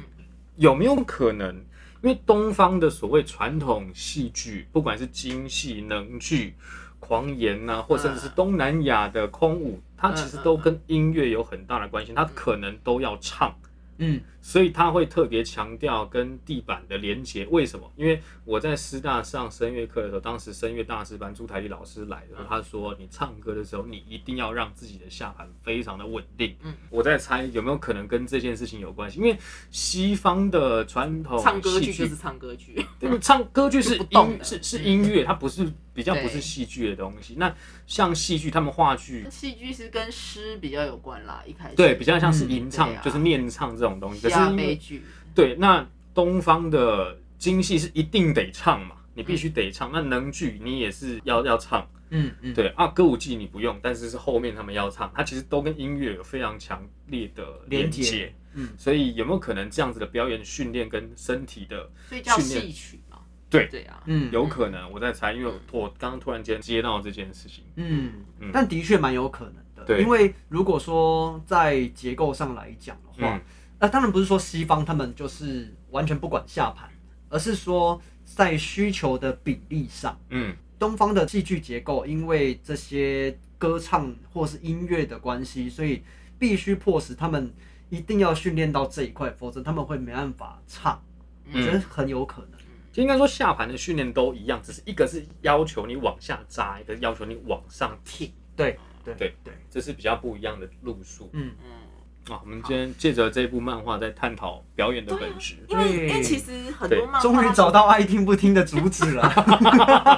有没有可能，因为东方的所谓传统戏剧，不管是京戏、能剧、狂言呐、或甚至是东南亚的空舞，它其实都跟音乐有很大的关系，它可能都要唱。
嗯，
所以他会特别强调跟地板的连接。为什么？因为我在师大上声乐课的时候，当时声乐大师班朱台丽老师来的时候，
嗯
他说：“你唱歌的时候，你一定要让自己的下盘非常的稳定。”
嗯，
我在猜有没有可能跟这件事情有关系？因为西方的传统
唱歌
戏
剧就
剧
是，唱歌剧，
对唱歌剧是
就不动
音
的嗯
是是音乐，它不是比较不是
对
戏剧的东西。那像戏剧，他们话剧。
戏剧是跟诗比较有关啦，一开始
对，比较像是
嗯
吟唱，
对啊啊
就是念唱这种东西。可
希
是
腊
因为
悲剧，
对，那东方的京戏是一定得唱嘛，你必须得唱。那能剧你也是要要唱，
嗯嗯，
对啊，歌舞伎你不用，但是是后面他们要唱，它其实都跟音乐有非常强烈的连
连结
接。
嗯
所以有没有可能这样子的表演训练跟身体的
所以叫
训练
戏曲嘛。
对
对啊，
嗯
有可能？我在猜，因为我刚刚突然间接到这件事情，
嗯
嗯，
但的确蛮有可能的。
对
因为如果说在结构上来讲的话，
嗯
那当然不是说西方他们就是完全不管下盘，而是说在需求的比例上，
嗯
东方的戏剧结构因为这些歌唱或是音乐的关系，所以必须迫使他们一定要训练到这一块，否则他们会没办法唱。我觉得
嗯，
很有可能。
就应该说下盘的训练都一样，只是一个是要求你往下扎，一个要求你往上挺，
对对
对
对，
这是比较不一样的路数。
嗯
嗯，
啊，我们今天借着这部漫画在探讨表演的本质。
因为
对
因为其实很多漫画，
终于找到爱听不听的主旨了。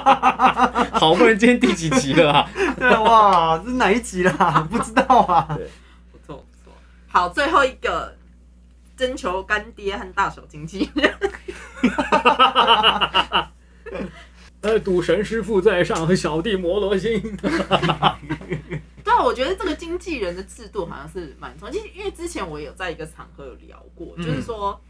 (laughs)
好不容易今天第几集了啊？
对哇，这哪一集
(laughs)
啦？不知道啊。
不错不错。好，最后一个征求干爹和大手经纪人，
(laughs) 呃，赌神师傅在上和小弟摩罗星。
对啊，我觉得这个经纪人的制度好像是蛮重要，其实因为之前我有在一个场合有聊过，
嗯
就是说，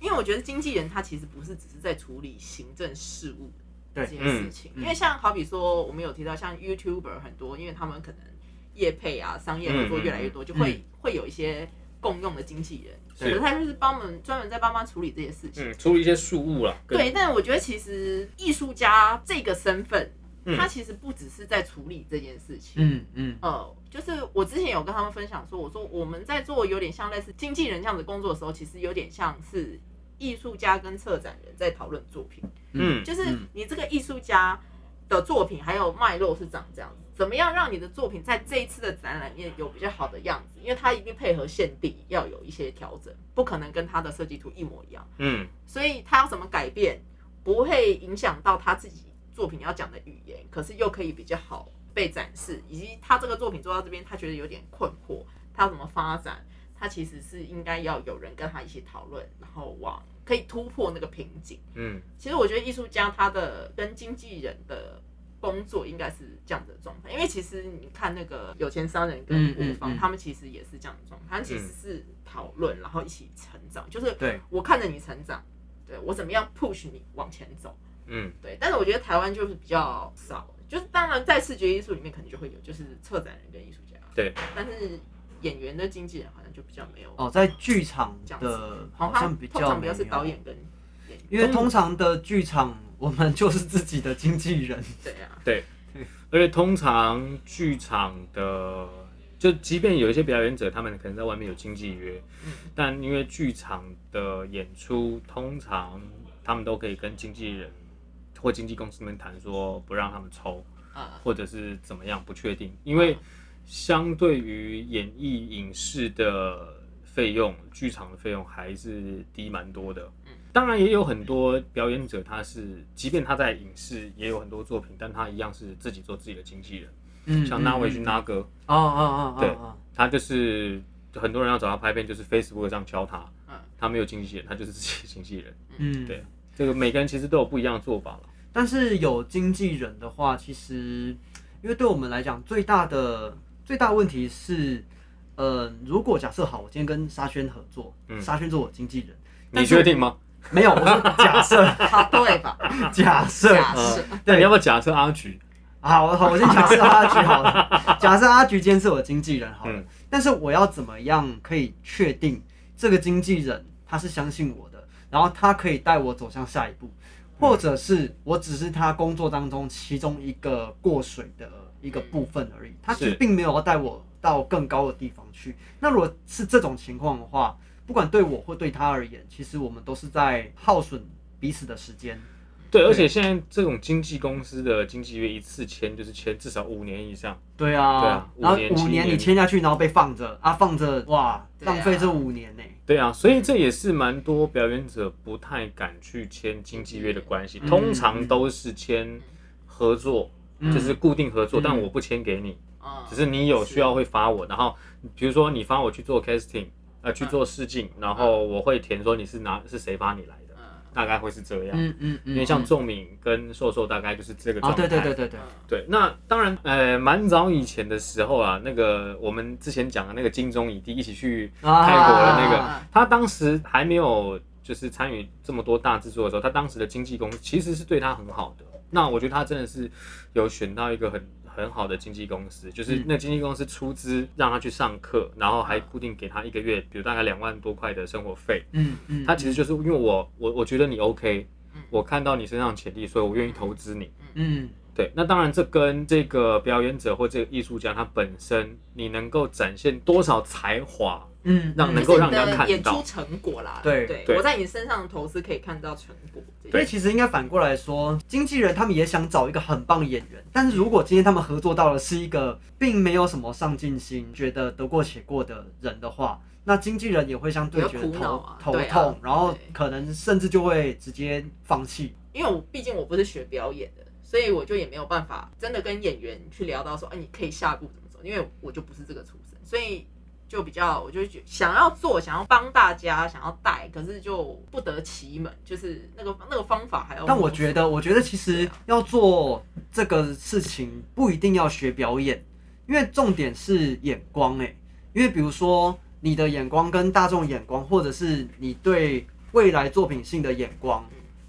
因为我觉得经纪人他其实不是只是在处理行政事务这
对
件事情，
嗯嗯
因为像好比说我们有提到像 YouTuber 很多，因为他们可能业配啊、商业合作越来越
嗯
多，就会、会有一些共用的经纪人，可
是
是他就是帮我们专门在帮忙处理这些事情。
嗯，除了一些事物啦。跟，
对，但我觉得其实艺术家这个身份，
嗯
他其实不只是在处理这件事情。
嗯嗯
呃，就是我之前有跟他们分享说，我说我们在做有点像类似经纪人这样的工作的时候，其实有点像是艺术家跟策展人在讨论作品，
嗯，
就是
嗯
你这个艺术家的作品还有脉络是长这样子，怎么样让你的作品在这一次的展览里面有比较好的样子，因为它一定配合限定要有一些调整，不可能跟它的设计图一模一样。
嗯
所以他要怎么改变，不会影响到他自己作品要讲的语言，可是又可以比较好被展示，以及他这个作品做到这边，他觉得有点困惑，他要怎么发展，他其实是应该要有人跟他一起讨论，然后往可以突破那个瓶颈。
嗯
其实我觉得艺术家他的跟经纪人的工作应该是这样子的状态，因为其实你看那个有钱商人跟
嗯
国
嗯
方，
嗯
他们其实也是这样的状态，他们其实是讨论，然后一起成长，就是
对
我看着你成长，对我怎么样 push 你往前走，
嗯
对。但是我觉得台湾就是比较少，就是当然在视觉艺术里面可能就会有，就是策展人跟艺术家，
对。
但是演员的经纪人好像就比较没有，
哦，在剧场
这样
的
好
好
像
像比
通
较
常
没
比
有
较是导演跟
因为通常的剧场我们就是自己的经纪人，
对啊，
而且通常剧场的，就即便有一些表演者，他们可能在外面有经纪约，
嗯
但因为剧场的演出，通常他们都可以跟经纪人或经纪公司们谈说不让他们抽，
呃，
或者是怎么样，不确定。因为相对于演艺影视的费用，剧场的费用还是低蛮多的
嗯。
当然也有很多表演者，他是即便他在影视也有很多作品，但他一样是自己做自己的经纪人。
嗯
像那维逊那哥，
哦哦哦哦，
对
哦
他就是很多人要找他拍片，就是 Facebook 上敲他
嗯，
他没有经纪人，他就是自己的经纪
(laughs)
人。
嗯，
对这个每个人其实都有不一样的做法了。
但是有经纪人的话，其实因为对我们来讲，最大的最大问题是，呃，如果假设好，我今天跟沙宣合作，
嗯
沙宣做我经纪人，但
你
是
确定
(laughs)
吗？
没有，我是假设
啊
(laughs)
对吧？
假设，
假设
那呃你要不要假设阿菊？
好，我好，我先假设阿菊好了，假设阿菊今天是我经纪人好了，
嗯
但是我要怎么样可以确定这个经纪人他是相信我的，然后他可以带我走向下一步，
嗯
或者是我只是他工作当中其中一个过水的一个部分而已，他其实
是
并没有要带我到更高的地方去。那如果是这种情况的话，不管对我或对他而言，其实我们都是在耗损彼此的时间。
对，而且现在这种经纪公司的经纪约一次签就是签至少五年以上，
对啊，
对啊
然后
五年
五
七
年
年
你签下去，然后被放着啊，放着哇，
对啊
浪费这五年呢、
对啊，所以这也是蛮多表演者不太敢去签经纪约的关系，
嗯
通常都是签合作，
嗯
就是固定合作，
嗯
但我不签给你，
嗯，
只是你有需要会发我，然后比如说你发我去做 casting，呃，
嗯
去做试镜，然后我会填说你是哪是谁发你来的，
嗯
大概会是这样。
嗯嗯嗯，
因为像仲敏跟瘦瘦大概就是这个
啊，
状态。
对对对对对，
嗯
对，那当然，呃，蛮早以前的时候啊，那个我们之前讲的那个金钟影帝一起去
啊
泰国的那个，
啊
他当时还没有就是参与这么多大制作的时候，他当时的经纪公司其实是对他很好的。那我觉得他真的是有选到一个很很好的经纪公司，就是
嗯
那经纪公司出资让他去上课，然后还固定给他一个月，比如大概两万多块的生活费。
嗯嗯，
他其实就是因为我我我觉得你 OK，
嗯
我看到你身上潜力，所以我愿意投资你。
嗯
对，那当然，这跟这个表演者或这个艺术家他本身，你能够展现多少才华，
嗯，
让
就
能
是
够
你
让人家
的
看
演出
到。
成果啦，
对
对，
对
我在你身上的投资可以看到成果，
所以，其实应该反过来说，经纪人他们也想找一个很棒的演员，但是如果今天他们合作到的是一个并没有什么上进心、觉得得过且过的人的话，那经纪人也会相对觉得
比较苦
头、
恼啊
头
对啊
痛，然后
对
可能甚至就会直接放弃。
因为我毕竟我不是学表演的，所以我就也没有办法真的跟演员去聊到说，哎、你可以下一步怎么走，因为我就不是这个出身，所以就比较，我就觉想要做，想要帮大家，想要带，可是就不得其门，就是那个那个方法还要摸索。
但我觉得，我觉得其实
啊
要做这个事情，不一定要学表演，因为重点是眼光诶、因为比如说你的眼光跟大众眼光，或者是你对未来作品性的眼光，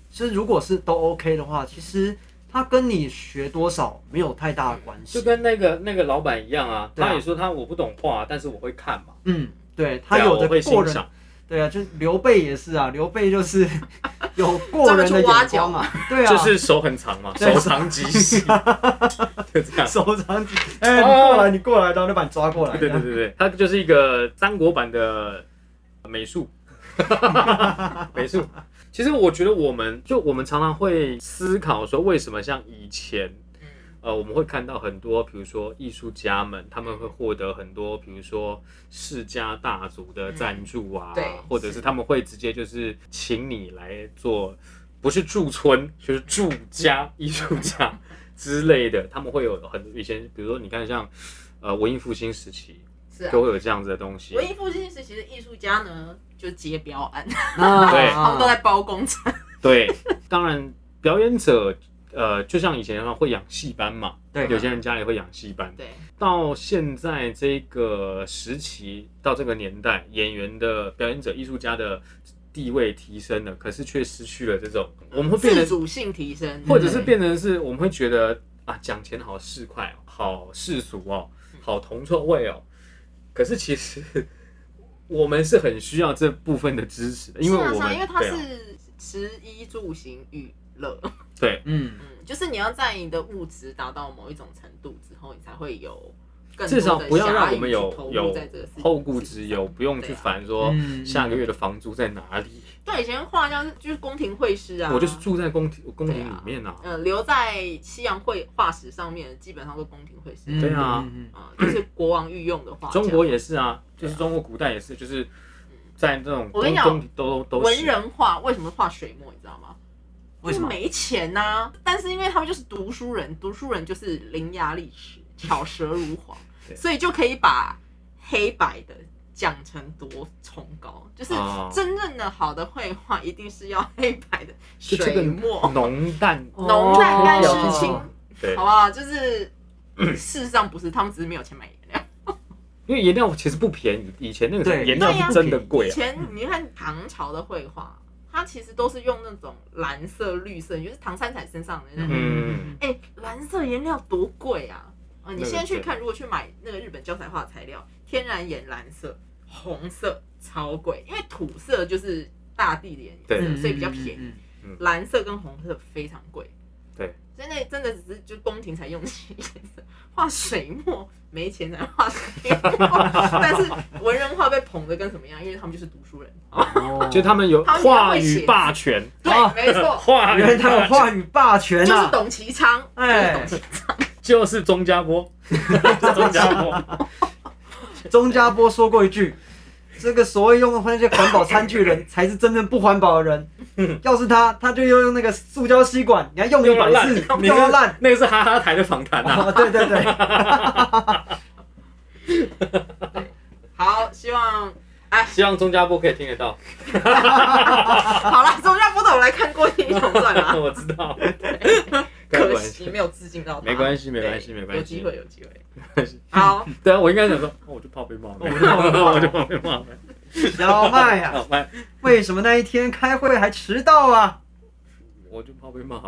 其实如果是都 OK 的话，其实它跟你学多少没有太大的关系
就。跟那个那个老板一样啊，
对啊
他也说他我不懂画，但是我会看嘛，
嗯，对，他
对啊
有的
我会
过
欣
人，
赏。
对啊，就是刘备也是啊，刘备就是 (laughs) 有过人的
专门去挖
眼
角
光啊，
(laughs)
对啊，
就是手很长嘛，
对啊
手长及
(laughs)
膝，就这样。
手长举，哎、你过来，你过来，然后就把你抓过来。
哦对对对对，他就是一个三国版的美
(laughs)
术，美术。其实我觉得我们就我们常常会思考说，为什么像以前
嗯，
呃，我们会看到很多，比如说艺术家们，他们会获得很多，比如说世家大族的赞助啊，
嗯对
或者是他们会直接就是请你来做，不是驻村，就是驻家艺术家之类的，他们会有很多以前，比如说你看像呃文艺复兴时期，
是啊
就。会有这样子的东西。
文艺复兴时期的艺术家呢，就接标案，
啊，
对
(laughs) 他们都在包工程。
对，当然表演者呃，就像以前的话会养戏班嘛，
对
有些人家里会养戏班。
对，
到现在这个时期，到这个年代，演员的表演者、艺术家的地位提升了，可是却失去了这种，我们会变
自
得，
主嗯性提升，
或者是变成是，我们会觉得啊，讲钱好市侩哦，好世俗哦，好铜臭味哦。可是其实我们是很需要这部分的支持的，因为
是啊
我
是啊
们
因为它
对啊
是食衣住行娱乐，
对
嗯，
嗯，就是你要在你的物质达到某一种程度之后，你才会有更多
至
的
少不要
暇
让
余
我们
去
有
投入
有
在这个事情
后顾之忧，不用去
对啊
烦说
嗯
下个月的房租在哪里，
对，以前画家就是宫廷绘师啊，
我就是住在宫廷宫廷
对
里
啊
面啊，
呃留在西洋绘画史上面，基本上都宫廷绘师
嗯
对啊
嗯嗯
啊、就是国王御用的画家。
中国也是啊，就是中国古代也是，就是在那种
我
宫
跟你讲
宫都都
文
是
人画为什么画水墨，你知道吗？
为什么
就没钱呐、但是因为他们就是读书人，读书人就是伶牙俐齿、巧舌如簧
(laughs) 对，
所以就可以把黑白的讲成多崇高。就是
哦
真正的好的绘画，一定是要黑白的
就这个
水墨、
浓淡，
浓淡干湿青，
哦
对
好，不好？就是
(laughs)
事实上不是，他们只是没有钱买颜料。
因为颜料其实不便宜，以前那个时候
对
颜料
对啊
是真的贵
以
啊，
前你看唐朝的绘画，它其实都是用那种蓝色、绿色，也就是唐三彩身上的那种。
嗯
嗯，
哎、蓝色颜料多贵啊！啊，你
那个
现在去
对
看，如果去买那个日本教材画的材料，天然岩蓝色、红色超贵，因为土色就是大地的颜
对
嗯
色，所以比较便宜。
宜。
蓝色跟红色非常贵，
对，
所以那真的只是就宫廷才用起颜色，画水墨没钱才画水墨，但是文人画被捧得跟什么样？因为他们就是读书人，
哦
就他们有
他们也会
话
写
语
字
霸权，
对，
啊
哦没错，
话
(laughs) 原来
语
他有
霸
话语霸权
就是
啊！
董其昌，就是
哎
董其
就是钟家
(laughs)
波，钟家波，
钟家波说过一句：“这个所谓用那些环保餐具
(laughs)
的人，才是真正不环保的人。要是他，他就用那个塑胶吸管，你还用一
用到
百
烂
次，，
你
用到
看 (laughs)
烂。
那个是哈哈台的访谈啊，
哦”对对
(laughs)
对，
好，希望哎
希望钟家波可以听得到， (laughs)
好啦，总家波的我来看过《英雄传》
(laughs)
啦，
我知
(laughs)
道，开
可
玩
惜
笑
没有致敬到他，
没关系没关系
对
没关系
有机会有机会。
关系 (laughs)
好，
对啊，我应该想说，哦，我就怕被骂，我就怕被骂，
小麦啊，
(laughs) 好吧，
为什么那一天开会还迟到啊？
我就怕被 (laughs) 骂，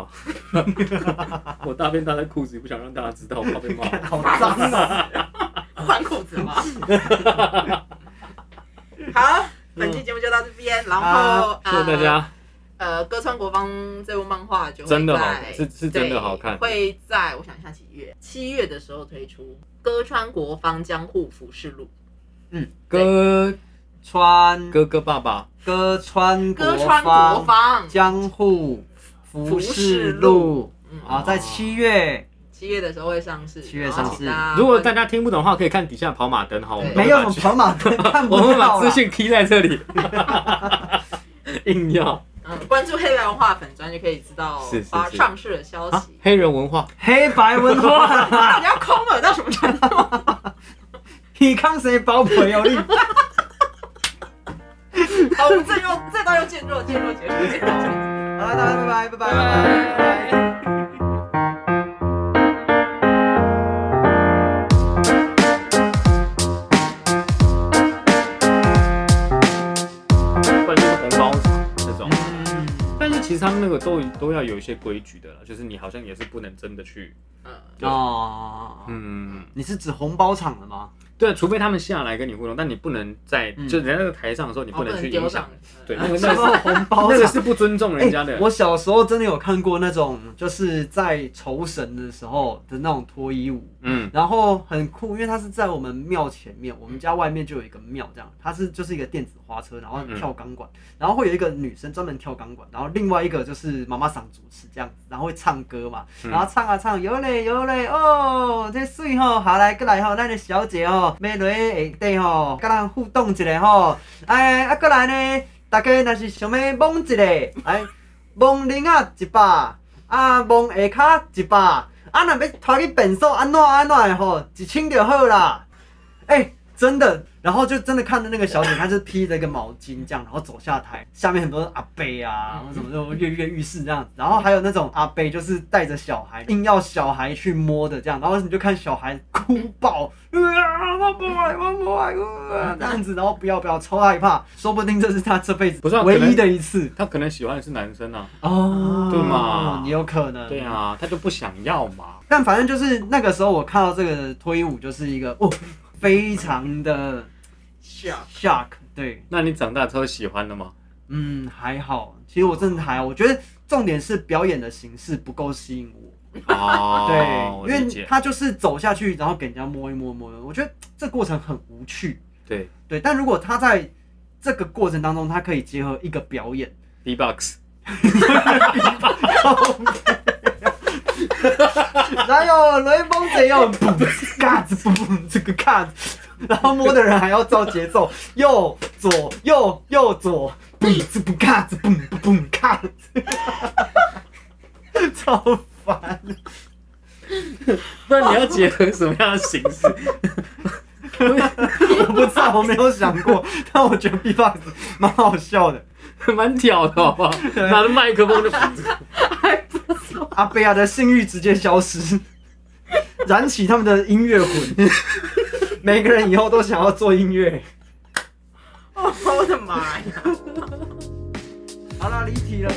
我大便大在裤子里，不想让大家知道，我怕被骂。
好脏啊！
换裤子吗？ (laughs) 好，本期节目就到这边，然后
嗯谢谢大。
呃
家，
呃，歌川国芳这部漫画就会
真的好
在
是是真的好看
对会在我想一下几月，七月的时候推出《歌川国芳江户服饰录
哥
川
哥哥爸爸，
歌川》，
歌川国
方
芳，
江户服饰路
嗯，
啊，在七月
七月的时候会上市，
七月
然后
上
请
市
大家
如果大家听不懂的话，可以看底下跑马灯，好，我们
啊
都
没
对
会
有
把
什么
资
跑马灯，看不
哦
啊
我们把
到
资
啦。
讯贴在这里，硬要
嗯，关注黑白文化粉专就可以知道
是是
发
是
上市的消
啊
息。，哎
黑人文化，
黑白文化，
到底要空耳到什么程度？
你看谁包朋友力？
好，我们这又这段又渐弱，渐弱，结束，
(laughs)
渐弱，渐弱。
好了，大家拜拜，拜拜，拜拜。
不然就是红包这种。
嗯
但是其实他们那个都都要有一些规矩的了，就是你好像也是不能真的去，
嗯，
哦，
嗯，
你是指红包场的吗？
对，啊除非他们下来跟你互动，但你不能在
嗯
就人家那个台上的时候，你
你
不能去
哦丢
影
上
响，，对，
嗯
那个
什
那
么
个
红
(laughs)
包
那
场
个？是不尊重人家的
哎。我小时候真的有看过那种，就是在酬神的时候的那种脱衣舞，
嗯，
然后很酷，因为它是在我们庙前面，我们家外面就有一个庙，这样，它是就是一个电子花车，然后
嗯
跳钢管，然后会有一个女生专门跳钢管，然后另外一个就是妈妈桑主持这样子，然后会唱歌嘛，
嗯
然后唱啊唱，有嘞有嘞哦，这水吼，下来过来吼，咱的小姐吼，美女下底吼，跟咱互动一下吼，哎啊过来呢，大家若是想要摸一下，哎摸零啊一百，啊摸下骹一百。啊，若要拖去便所，安怎安怎的吼，一清就好啦。哎、真的，然后就真的看着那个小姐，她就披着一个毛巾这样，然后走下台，下面很多阿伯啊，或什么就跃跃欲试这样，然后还有那种阿伯就是带着小孩，硬要小孩去摸的这样，然后你就看小孩哭爆，啊，我不爱，我不爱，啊这样子，然后不要不要，超害怕，说不定这是他这辈子
不是啊
唯
可能
一的一次
他可能喜欢的是男生啊，
哦，
对嘛
也有可能，
对啊，他就不想要嘛。 (laughs)
但反正就是那个时候我看到这个脱衣舞，就是一个哦，非常的
是啊，
shock。对，
那你长大之后喜欢了吗？
嗯，还好，其实我真的还好，我觉得重点是表演的形式不够吸引我。
哦，
对，
我
因
理
为
解，
他就是走下去，然后给人家摸一摸摸一摸，我觉得这过程很无趣。
对
对，但如果他在这个过程当中，他可以结合一个表演，
(laughs) ，B-box，
哪有雷锋贼要嘣嘎子嘣嘣这个嘎子，然后摸的人还要照节奏，右左右右左，嘣子不嘎子嘣嘣嘣嘎子， (laughs) 超烦。
那你要结合什么样的形式？ (laughs)
我不知道，我没有想过，但我觉得 B-box 蛮好笑的。
蛮屌的，好不好？拿着麦克风就，
阿贝亚的性欲直接消失，燃起他们的音乐魂。 (laughs) 每个人以后都想要做音乐。
哦，我的妈呀！
好啦，离题了。